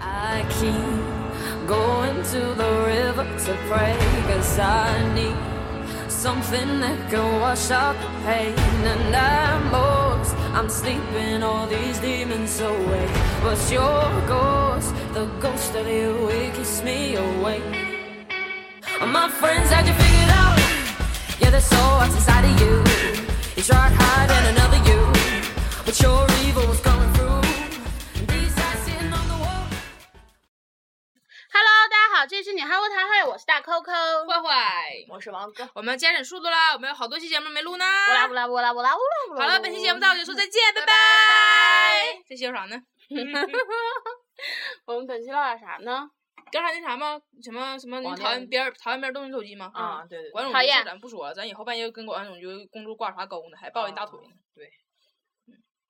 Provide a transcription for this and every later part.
my king. Going to the river to pray, cause I need something that can wash out the pain. And I'm lost, I'm sleeping all these demons away. But your ghost, the ghost of you, it keeps me awake. All my friends had you figured out. Yeah, they're so what's inside of you. You tried hiding another you, but your evil was coming through. These eyes sitting on the wall. Hello，大家好，这里是女孩无谈会，我是大 Coco，坏坏，我是王哥。我们加点速度啦，我们有好多期节目没录呢。乌拉乌拉乌拉乌拉乌拉乌拉。好了，本期节目到这里说再见，拜哦拜拜。这期有啥呢？我们本期唠点啥呢？刚才那啥嘛，什么什么，你网讨厌恋别人讨厌别人动你手机吗？嗯啊，对对管总对，讨的厌事咱不说了，咱以后半夜跟管总局公主挂啥钩呢？还抱人大腿呢。对，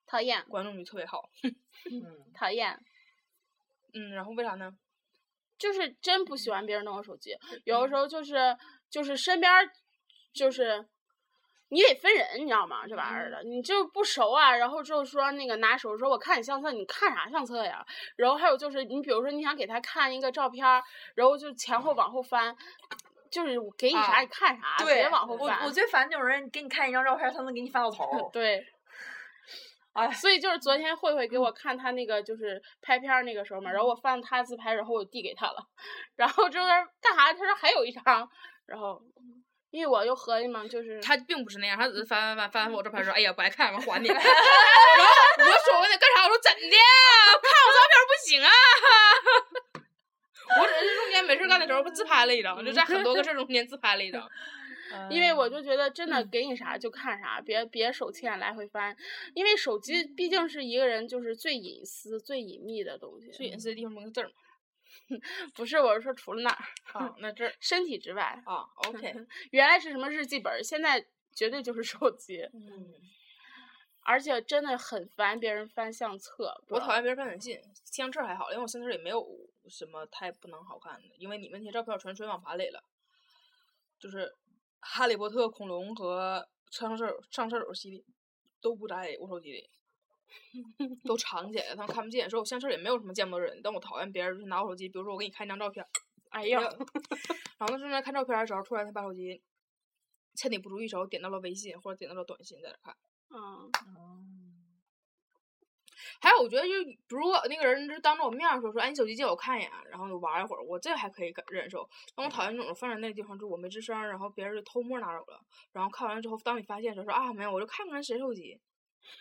讨厌，管总局特别好。嗯，讨厌，嗯，然后为啥呢？就是真不喜欢别人动我手机，有嗯的时候就是就是身边儿就是。你得分人，你知道吗？这玩意儿的，嗯你就不熟啊。然后之后说那个拿手说，我看你相册，你看啥相册呀？然后还有就是，你比如说你想给他看一个照片儿，然后就前后往后翻，就是我给你啥啊你看啥，对，别往后我翻。。我最烦那种人，给你看一张照片，他能给你翻到头 儿对，哎嗯所以就是昨天慧慧给我看她那个就是拍片儿那个时候嘛，然后我翻她自拍，然后我递给她了，然后之后她说干啥？她说还有一张，然后因为我又合计嘛，就是他并不是那样，他只是翻翻翻翻翻我照 片说，哎呀不爱看，完还 你。然后我说我得干啥？我说怎的？看我照片不行啊？ 我只是中间没事干的时候不自拍了一张，就在很多个事儿中间自拍了一张。因为我就觉得真嗯的给你啥就看啥，别别手欠来回翻，因为手机嗯毕竟是一个人就是最隐私、最隐秘的东最西。隐私的地方不是字儿吗？不是，我是说除了那儿， 啊，那这儿身体之外，啊，OK，原来是什么日记本儿，现在绝对就是手机。嗯，而且真的很烦别人翻相册。我讨厌。厌别人翻短信，相册还好，因为我相册里没有什么太不能好看的，因为你们那些照片全存网盘里了，就是《哈利波特》、恐龙和上厕所上厕所系列都不在我手机里。都藏起来了，他们看不见。所以我相册里没有什么见不得人，但我讨厌别人就是拿我手机，比如说我给你看一张照片，哎哎呀，然后正在看照片的时候，突然他把手机趁你不注意时候点到了微信或者点到了短信，在那看。嗯，还有，我觉得就是如果那个人就是当着我面儿说说，哎，你手机借我看一眼，然后就玩一会儿，我这还可以忍忍受。但我讨厌那种放在那地方，就是我没吱声儿，然后别人就偷摸拿走了，然后看完了之后，当你发现的时候说啊，没有，我就看看谁手机，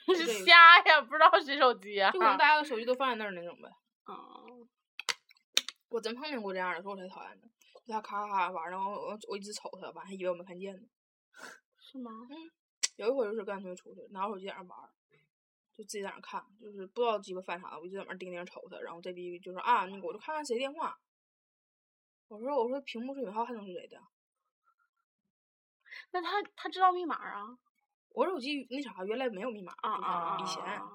就这是个瞎呀，不知道谁手机呀、就可能大家的手机都放在那儿那种呗。嗯，我真碰见过这样的，所以我才讨厌的。就他咔咔咔玩儿，然后我我一直瞅他，完还以为我没看见呢。是吗？有一回就是跟俺同学出去，拿我手机在那玩儿，就自己在那看，就是不知道鸡巴犯啥，我就在那儿盯盯瞅他，然后这逼就说啊，那个我就看看谁电话。我说我说屏幕是尾号还能是谁的？那他他知道密码啊？我手机那啥原来没有密码，啊就是啊啊！以啊前啊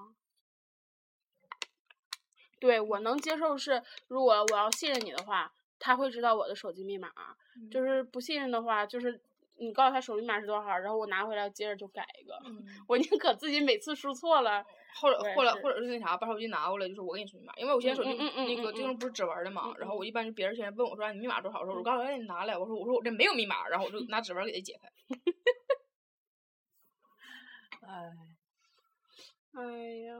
对我能接受是，如果我要信任你的话，他会知道我的手机密码；啊嗯就是不信任的话，就是你告诉他手机密码是多少，然后我拿回来接着就改一个。嗯我宁可自己每次输错了，后来我也后来是或者是那啥，把手机拿过来，就是我给你说密码，因为我现在手机嗯嗯嗯那个嗯这种不是指纹的嘛嗯，然后我一般就别人现在问我说啊你密码多少的时候，我告诉他哎你拿来，我说我说我这没有密码，然后嗯我就拿指纹给他解开。哎，哎呀，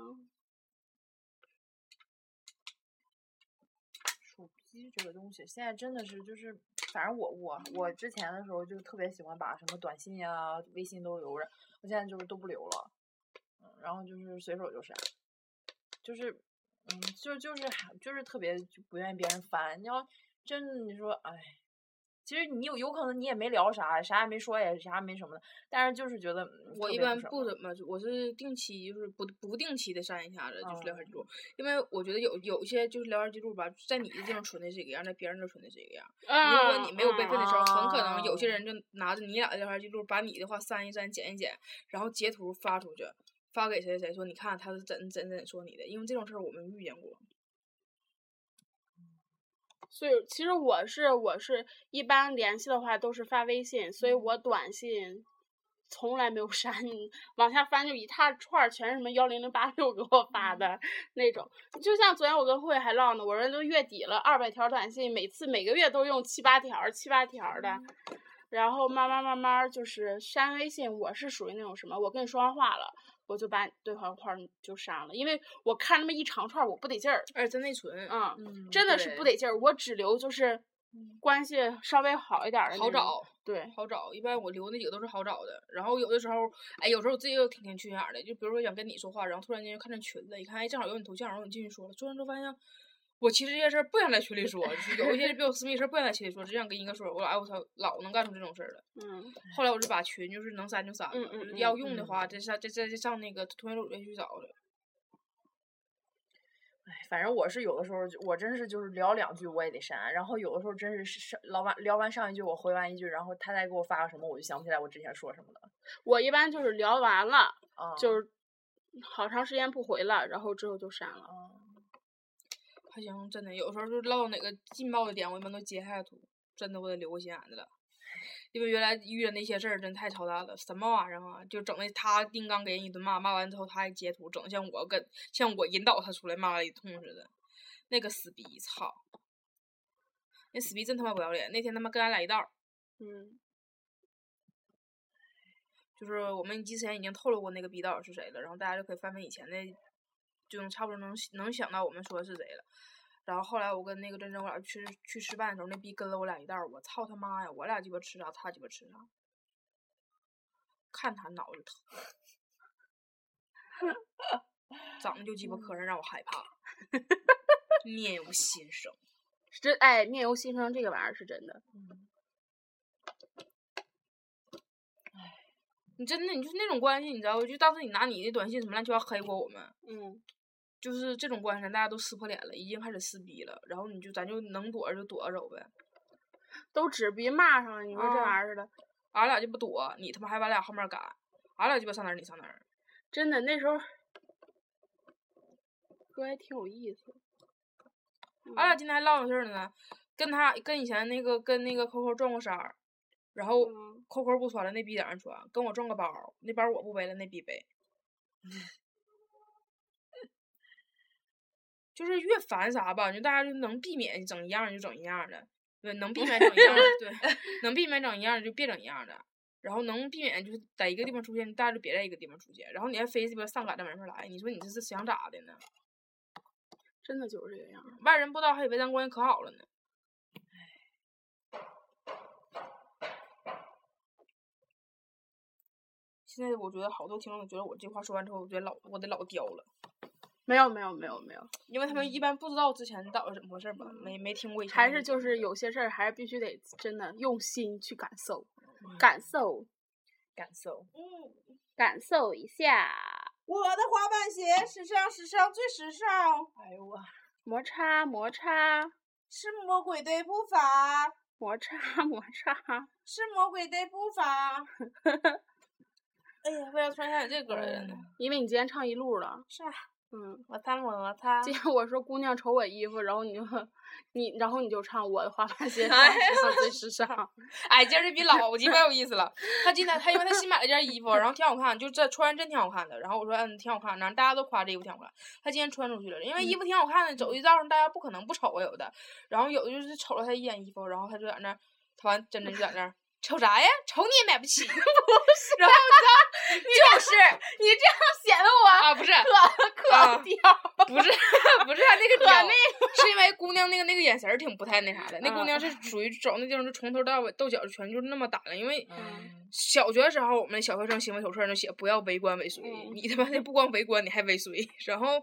手机这个东西，现在真的是就是，反正我我我之前的时候就特别喜欢把什么短信呀、微信都留着，我现在就是都不留了，嗯然后就是随手就删，就是嗯，就就是还就是特别就不愿意别人翻。你要真的你说哎，其实你有有可能你也没聊啥，啥也没说也啥也没什么的，但是就是觉得嗯我特一别般什不么怎么，我是定期就是不不定期的删一下子，就是聊哦天记录，因为我觉得有有一些就是聊天记录吧，在你的地方存的是一个样，在别人那儿存的是一个样。如果你没有备份的时候，很可能有些啊哦人就拿着你俩的聊天记录，把你的话删一删、剪一剪，然后截图发出去，发给谁谁谁说，你看他是怎怎怎说你的，因为这种事儿我们遇见过。所以其实我是我是一般联系的话都是发微信，所以我短信从来没有删， 往下翻就一大串儿全是什么幺零零八六给我发的那种。就像昨天我跟慧还唠呢，我说都月底了，二百条短信，每次每个月都用七八条儿、七八条儿的，然后慢慢慢慢儿就是删微信，我是属于那种什么，我跟你说完话了，我就把你对话框儿就删了，因为我看那么一长串儿，我不得劲儿，而且在内存，嗯。嗯真的是不对得劲儿。我只留就是关系稍微好一点儿的，好。找。对，好找，一般我留那几个都是好找的。然后有的时候，哎，有时候我自己又挺挺缺心眼儿的，就比如说想跟你说话，然后突然间就看见群了，一看哎正好有你头像，然后你进去说了，说完之后发现，我其实这些事儿不想在群里说，就是有一些比较私密的事儿不想在群里说，只想跟一个说，我老哎我操，老能干出这种事儿了。嗯，后来我就把群就是能删就删了，嗯就是嗯要嗯用的嗯话再上再再再上那个通讯录里面去找了。哎反正我是有的时候就，我真是就是聊两句我也得删，然后有的时候真是是是老板聊完上一句我回完一句，然后他再给我发个什么，我就想不起来我之前说什么了。我一般就是聊完了，啊，就是好长时间不回了，然后之后就删了。啊，还行，真的，有时候就唠哪个劲爆的点，我一般都截下图，真的我得留个心眼子了。因为原来遇着那些事儿真太操蛋了，什么玩意儿啊？就整那他丁刚给人一顿骂，骂完之后他还截图，整得像我跟像我引导他出来骂了一通似的，那个死逼，操！那死逼真他妈不要脸！那天他妈跟俺俩一道儿，嗯就是我们之前已经透露过那个逼道是谁了，然后大家就可以翻翻以前的，就能差不多能能想到我们说的是谁了。然后后来我跟那个珍珍，我俩去去吃饭的时候，那逼跟了我俩一道儿，我操他妈呀！我俩鸡巴吃啥，他鸡巴吃啥，看他脑子疼，长得就鸡巴磕碜，让我害怕， 面有心生。是真哎，面由心生这个玩意儿是真的。你真的，你就是那种关系，你知道吗？就当时你拿你的短信什么乱七八糟黑过我们，嗯就是这种关系，大家都撕破脸了，已经开始撕逼了，然后你就咱就能躲就躲着走呗。都只别骂上了，你说这啊玩意儿似的，俺俩就不躲，你他妈还往俩后面赶，俺俩鸡巴上哪儿你上哪儿。真的那时候歌还挺有意思。嗯俺俩今天还唠上事儿了呢，跟他跟以前那个跟那个 Coco 撞过衫儿，然后嗯 Coco 不穿了，那逼让人穿，跟我撞个包儿，那包儿我不背了，那逼背。就是越烦啥吧，就大家就能避免整一样儿就整一样儿的，对，能避免整一样儿的， 对，能避免整一样儿就别整一样儿的，然后能避免就是在一个地方出现，大家就别在一个地方出现，然后你还非鸡巴上赶到门上来，你说你这是想咋的呢？真的就是这个样儿。外人不知道，还以为咱关系可好了呢。现在我觉得好多听众觉得我这话说完之后，我觉得老我得老刁了，没有没有没有没有，因为他嗯们一般不知道之前到底怎么回事儿吧，没没听过以前还那是个就是有些事儿还是必须得真的用心去感受，感受感受。感受一下，我的滑板鞋时尚，时尚最时尚，哎呦我，摩擦摩擦是魔鬼的步伐，摩擦摩擦，是魔鬼的步伐。 哎呀，为啥突然想起这歌儿来了呢？嗯因为你今天唱一路了，是啊，嗯，我他我我他，今天我说姑娘瞅我衣服，然后你就你然后你就唱我的滑板鞋哎时尚最时尚，哎，今儿这比老鸡巴有意思了。他今天他因为他新买了件衣服，然后挺好看，就这穿真挺好看的。然后我说嗯挺好看，然后大家都夸这衣服挺好看。他今天穿出去了，因为衣服挺好看的，走一道上大家不可能不瞅啊有的。然后有的就是瞅了他一眼衣服，然后他就在那儿，他完真真就在那儿瞅啥呀？瞅你也买不起。 然后他就是你这样显得我啊不是可啊可屌，不是 不是他那个可屌那是因为姑娘那个那个眼神儿挺不太那啥的，那姑啊娘是属于走那地方就从头到尾到脚全就是那么打量，因为嗯，小学时候我们小学生行为手册上就写不要围观尾随，嗯你他妈的不光围观，你还尾随。然后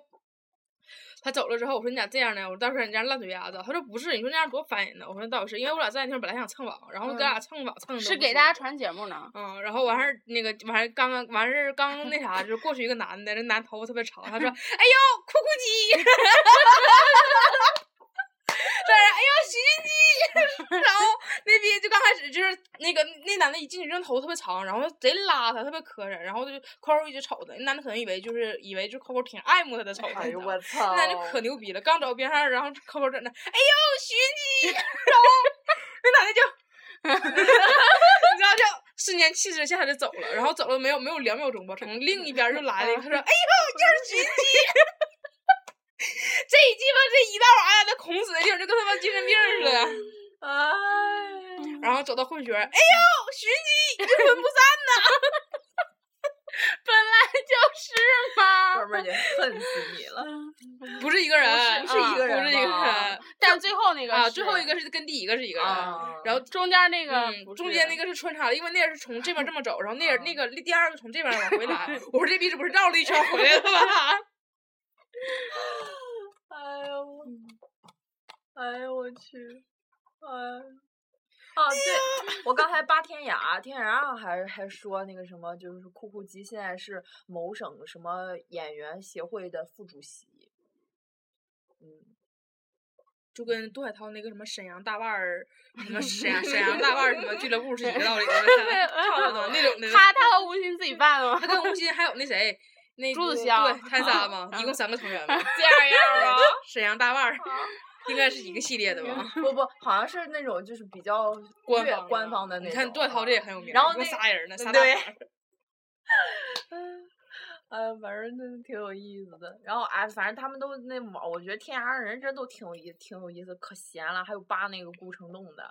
他走了之后，我说你咋这样呢？我说到时候你这样烂嘴牙子。他说不是，你说那样多烦人呢。我说倒是，因为我俩在那地方本来想蹭网，然后嗯跟俩蹭网蹭的是给大家。传节目呢，嗯，然后完事儿那个完事儿刚刚完事儿刚那啥，就是过去一个男的，那男头发特别长， 他说：“哎呦，哭哭鸡。”当然，哎呦，洗衣机，然后那逼就刚开始就是那个那男的一进去，扔头特别长，然后贼邋遢，特别磕碜，然后就扣扣一直瞅他，那男的可能以为就是以为就扣扣挺爱慕他的瞅他，哎你呦知道吗我操！那就可牛逼了，刚走边上，然后扣扣在那，哎 呦，寻机，然后那男的就，你知道就瞬间气势一下他就走了，然后走了没有没有两秒钟吧，从另一边儿又来了一个，他说：“哎呦，就是群鸡。” 这一鸡巴这一道儿，哎呀，那孔子的劲儿就跟他妈精神病儿似的。哎，然后走到混血儿，哎呦，寻机阴魂不散本来就是哥嘛。 们儿就恨死你了。不是一个人，不是啊一个不人是一个吧人但最后那个啊，是最后一个是跟第一个是一个人，啊然后中间那个嗯不中是间那个是穿插的，因为那人是从这边这么走，然后那啊人那个第二个从这边往回 来，我说这逼这不是绕了一圈回来了 吧？哎呦我，哎呦我去，哎，啊对，我刚才扒天涯，天涯还还说那个什么，就是库库鸡现在是某省什么演员协会的副主席，嗯，就跟杜海涛那个什么沈阳大腕儿，什么沈阳沈阳大腕儿什么俱乐部是一个 道理的，差不多那种的。他他和吴昕自己办的吗？他跟吴昕还有那谁，那朱子个骁对，他 仨嘛，一共三个成员嘛。啊这样啊？嗯沈阳大腕儿，应该是一个系列的吧？ 不不，好像是那种就是比较官略方官方的那你种。啊看杜海涛这也很有名儿，然后一共那仨人呢，仨大对腕儿哎，反正真的挺有意思的。然后哎，反正他们都那网，我觉得天涯人真都挺有意，挺有意思，可闲了。还有扒那个顾城栋的，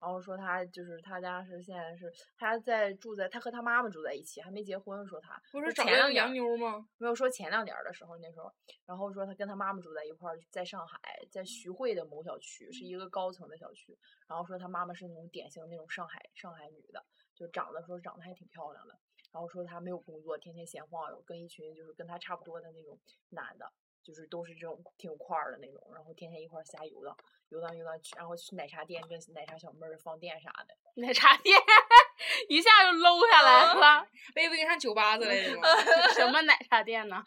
然后说他就是他家是现在是他在住在他和他妈妈住在一起，还没结婚。说他不就是找前那个两洋年妞儿吗？没有说前两年儿的时候那时候，然后说他跟他妈妈住在一块儿，在上海，在徐汇的某小区，是一个高层的小区。然后说他妈妈是那种典型那种上海上海女的，就长得说长得还挺漂亮的。然后说她没有工作，天天闲晃悠，跟一群就是跟她差不多的那种男的，就是都是这种挺块儿的那种，然后天天一块儿瞎游荡，游荡游荡去，然后去奶茶店跟奶茶小妹儿放电啥的。奶茶店 一下就搂下啊来了。微微上酒吧之类 的吗？ 什么奶茶店呢？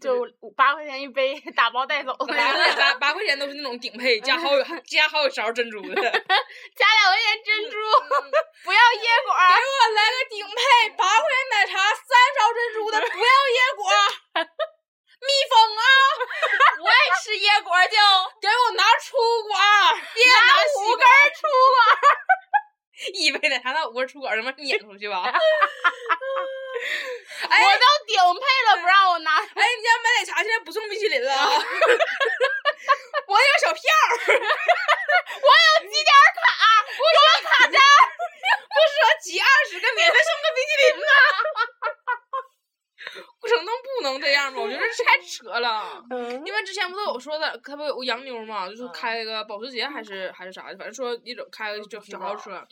就五八块钱一杯，打包带走 的八那块个，钱八八块钱都是那种顶配，加好有加嗯好有勺珍珠 的。加两块钱珍珠，不要椰果儿。给我来个顶配八块钱奶茶，三勺珍珠的，不要椰果。蜜蜂啊，不爱吃椰果就给我拿出果儿，别拿五根出果。 一杯奶茶拿五根出果儿，他妈撵出去 吧！哎我都顶配了，不让我拿。哎，你家买奶茶现在不送冰淇淋 了啊？我有小票儿，我有几点卡，啊我有卡单，不说集二十个免费送个冰淇淋吗？顾城栋不能这样吧？我觉得这太扯了。嗯因为之前不都有说的，他不有个洋妞嘛，就是嗯开个保时捷还是还是啥的，反正说一种开个不小知小豪道车，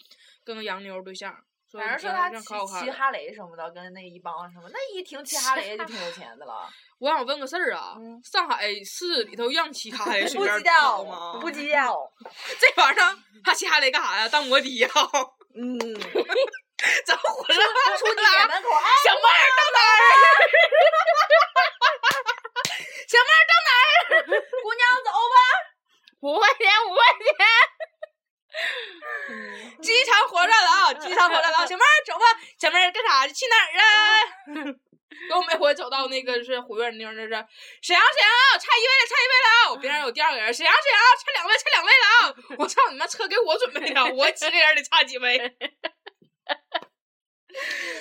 跟个洋妞对象，反正说说他让骑可好看骑了。哈雷什么的，跟那一帮什么，那一听骑哈雷就挺有钱 的了。我想问个事儿啊，嗯上海市里头让骑哈雷随不便知跑道吗？不知道， 这玩意儿还骑哈雷干啥呀？当摩的呀？ 嗯，出咱火车站出地铁 门口，哎，小妹儿到哪儿？啊小妹儿啊到姑娘走吧，五块钱，五块钱，机场火车站了啊！机场火车站了啊，小妹儿走吧。小妹儿干啥？去哪儿啊？ 然后每回走到那个是胡院妞儿那是沈阳沈阳啊，差一位了，差一位了啊！我边上有第二个人，沈阳沈阳啊，差两位，差两位了啊！我操你妈，车给我准备的，我几个人得差几位？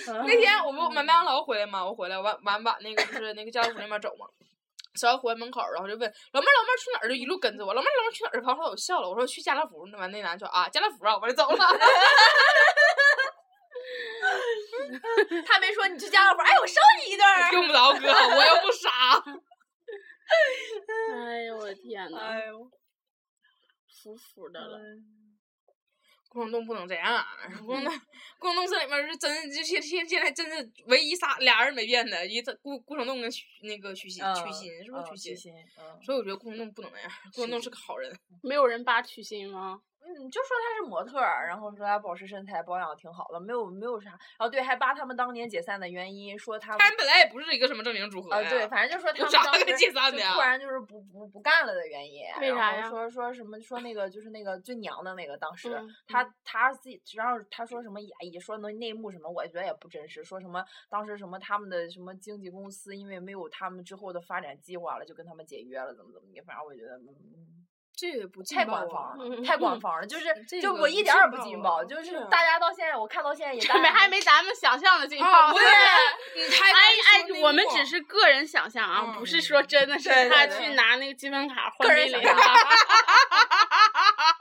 那嗯天我不买麦当劳回来嘛，我回来晚晚晚那个就是那个家乐福那边走嘛，小伙回门口儿，然后就问老妹儿老妹儿去哪儿，就一路跟着我，老妹儿老妹儿去哪儿？完后来我笑了，我说去家乐福，那完那男就啊家乐福啊，我就走了。 他没说你去家乐福，哎，我收你一顿儿。用不着哥，我又不 傻。哎呦我的天呐，呦，服服的了。顾城栋不能这样啊，顾城栋，顾城栋这里面是真就现现现在真是唯一仨俩人没变的，一个顾顾城栋跟许那个许嗯昕，许昕是不是曲许昕？心？嗯所以我觉得顾城栋不能那样，顾城栋是个好人。没有人扒曲心吗？嗯，就说她是模特儿，然后说她保持身材，保养得挺好的，没有没有啥。哦，对，还扒他们当年解散的原因，说他们他们本来也不是一个什么正经组合啊，呀对，反正就说他有们啥当可时解散就的呀突然就是不不不干了的原因。为然啥后呀说说什么说那个就是那个最娘的那个，当时、嗯他他自己，然后他说什么也也说那内幕什么，我觉得也不真实。说什么当时什么他们的什么经纪公司因为没有他们之后的发展计划了，就跟他们解约了，怎么怎么的，反正我觉得嗯。这也不劲太爆官啊方了，嗯太官方了，就是这就个我不一点劲儿也不爆劲啊爆，就是是啊大家到现在我看到现在也这没大家还没咱们想象的劲啊爆。对你太哎关注哎，我们那只个是个人想象啊，嗯不是说真的是对对他对去拿那个积分卡换个人那想个象。 啊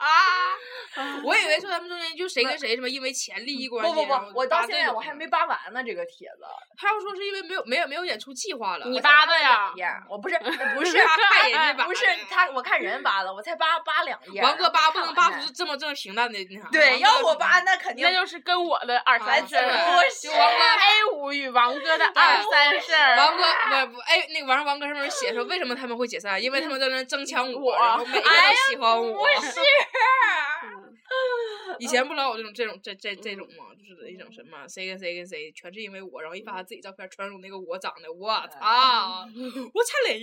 我以为说咱们中间就谁跟谁什么因为钱利益关系，啊不不然后不，我到扒现这在种我还没扒完呢这个帖子，还有说是因为没有没有没有演出计划 了，你我才扒扒的了呀啊两？页儿，我不是不是啊看人家扒不是的呀他，我看人扒了，我才扒扒两页儿。王哥扒不能扒看完出 是这么这么平淡的那啥。对，王要哥我是扒那肯定那就是跟我的二啊三事对儿，就王哥 A 五与王哥的二三事 儿。王哥不不哎，那个网上王哥上面写说为什么他们会解散，因为他们在那争抢我，然后每个人哎都喜欢我。不是，以前不老有这种这种这这这种吗？就是一种什么谁跟谁跟谁，全是因为我，然后一发他自己照片，传出那个我长得，我操，我擦 雷！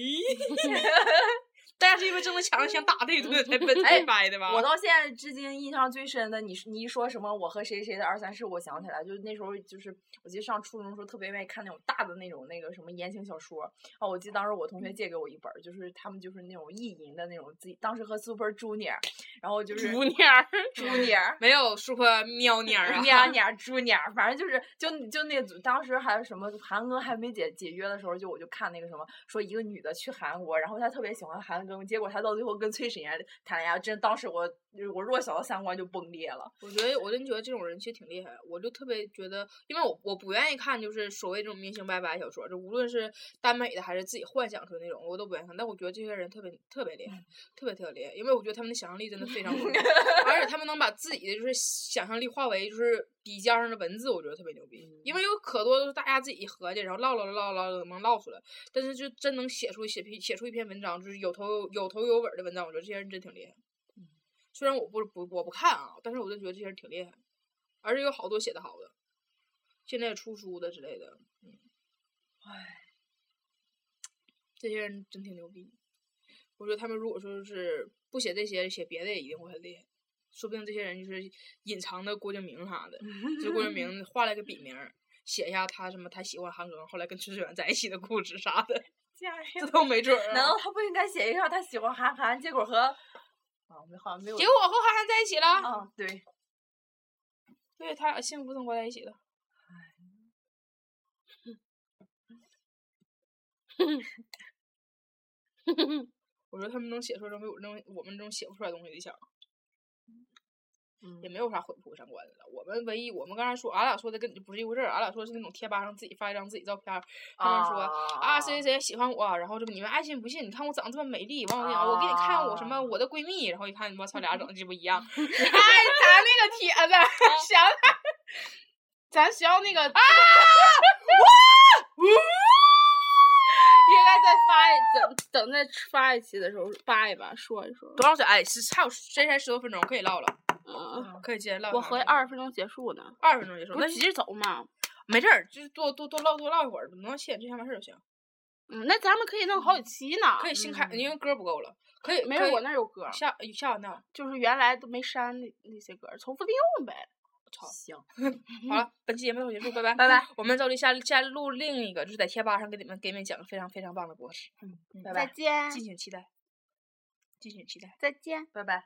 大家是因为真的抢着想打这一顿才分才哎掰的吧？我到现在至今印象最深的，你是你一说什么我和谁谁的二三事，我想起来，就是那时候就是我记得上初中的时候特别愿意看那种大的那种那个什么言情小说啊，我记得当时我同学借给我一本儿，就是他们就是那种意淫的那种，自己当时和 Super Junior，然后就是姑娘， Junior。没有 super 喵妮 儿啊，蔫蔫儿猪蔫儿，反正就是就就那组，当时还有什么韩庚还没解解约的时候，就我就看那个什么，说一个女的去韩国，然后她特别喜欢韩庚，结果她到最后跟崔始源谈恋爱，真当时我我弱小的三观就崩裂了。我觉得我真觉得这种人其实挺厉害的，我就特别觉得，因为我我不愿意看就是所谓这种明星拜拜小说，就无论是耽美的还是自己幻想出的那种，我都不愿意看。但我觉得这些人特别特别厉害，特别特别厉害，因为我觉得他们的想象力真的非常丰富，而且他们能把自己的就是想象力化为就是笔尖儿上的文字，我觉得特别牛逼。因为有可多都是大家自己一合计，然后唠唠唠唠唠能唠出来，但是就真能写出写篇写出一篇文章，就是有头有有头有尾儿的文章，我觉得这些人真挺厉害。虽然我不不我不看啊，但是我就觉得这些人挺厉害，而且有好多写的好的，现在出书的之类的，嗯，唉，这些人真挺牛逼。我觉得他们如果说是不写这些，写别的也一定会很厉害。说不定这些人就是隐藏的郭敬明啥的，就郭敬明画了个笔名儿，写一下他什么他喜欢韩庚，后来跟崔始源在一起的故事啥的， 这都没准儿、啊。难道她不应该写一下她喜欢韩寒，结果和啊没好像没有结果和韩寒在一起了。啊对，对他俩幸福生活在一起了。 我觉得他们能写出来东西，我认为我们这种写不出来东西的想，嗯也没有啥毁不毁三观的了。我们唯一，我们刚才说，俺俩说的跟你不是一回事儿，俺俩说的是那种贴吧上自己发一张自己照片儿，他们说啊谁谁谁喜欢我，然后这不你们爱信不信？你看我长得这么美丽，完我跟你我给你看我什啊么我的闺蜜，然后一看我操俩长得鸡巴 一样，哎，咱那个帖啊子 想起来，咱学校那 个啊，应该再发一等等再发一期的时候扒一扒说一说。啊多少水？哎，是还有剩下十多分钟可以唠了，嗯，可以接着唠一会我儿。合计二十分钟结束呢，二十分钟结束，不那是急着走嘛。没事儿，就是多多多唠多唠一会儿，能写这下完事儿就行。嗯，那咱们可以弄好几期呢。嗯可以新开，因为歌不够了，可以没可有，以我那儿有歌儿，下下完的。就是原来都没删那那些歌儿，重复利用呗。行，好了，本期节目到此结束，拜拜拜拜。我们照例下下录另一个，就是在贴吧上给你们给你们讲个非常非常棒的博士，拜再拜见，敬请期待，敬请期待。再见。拜拜。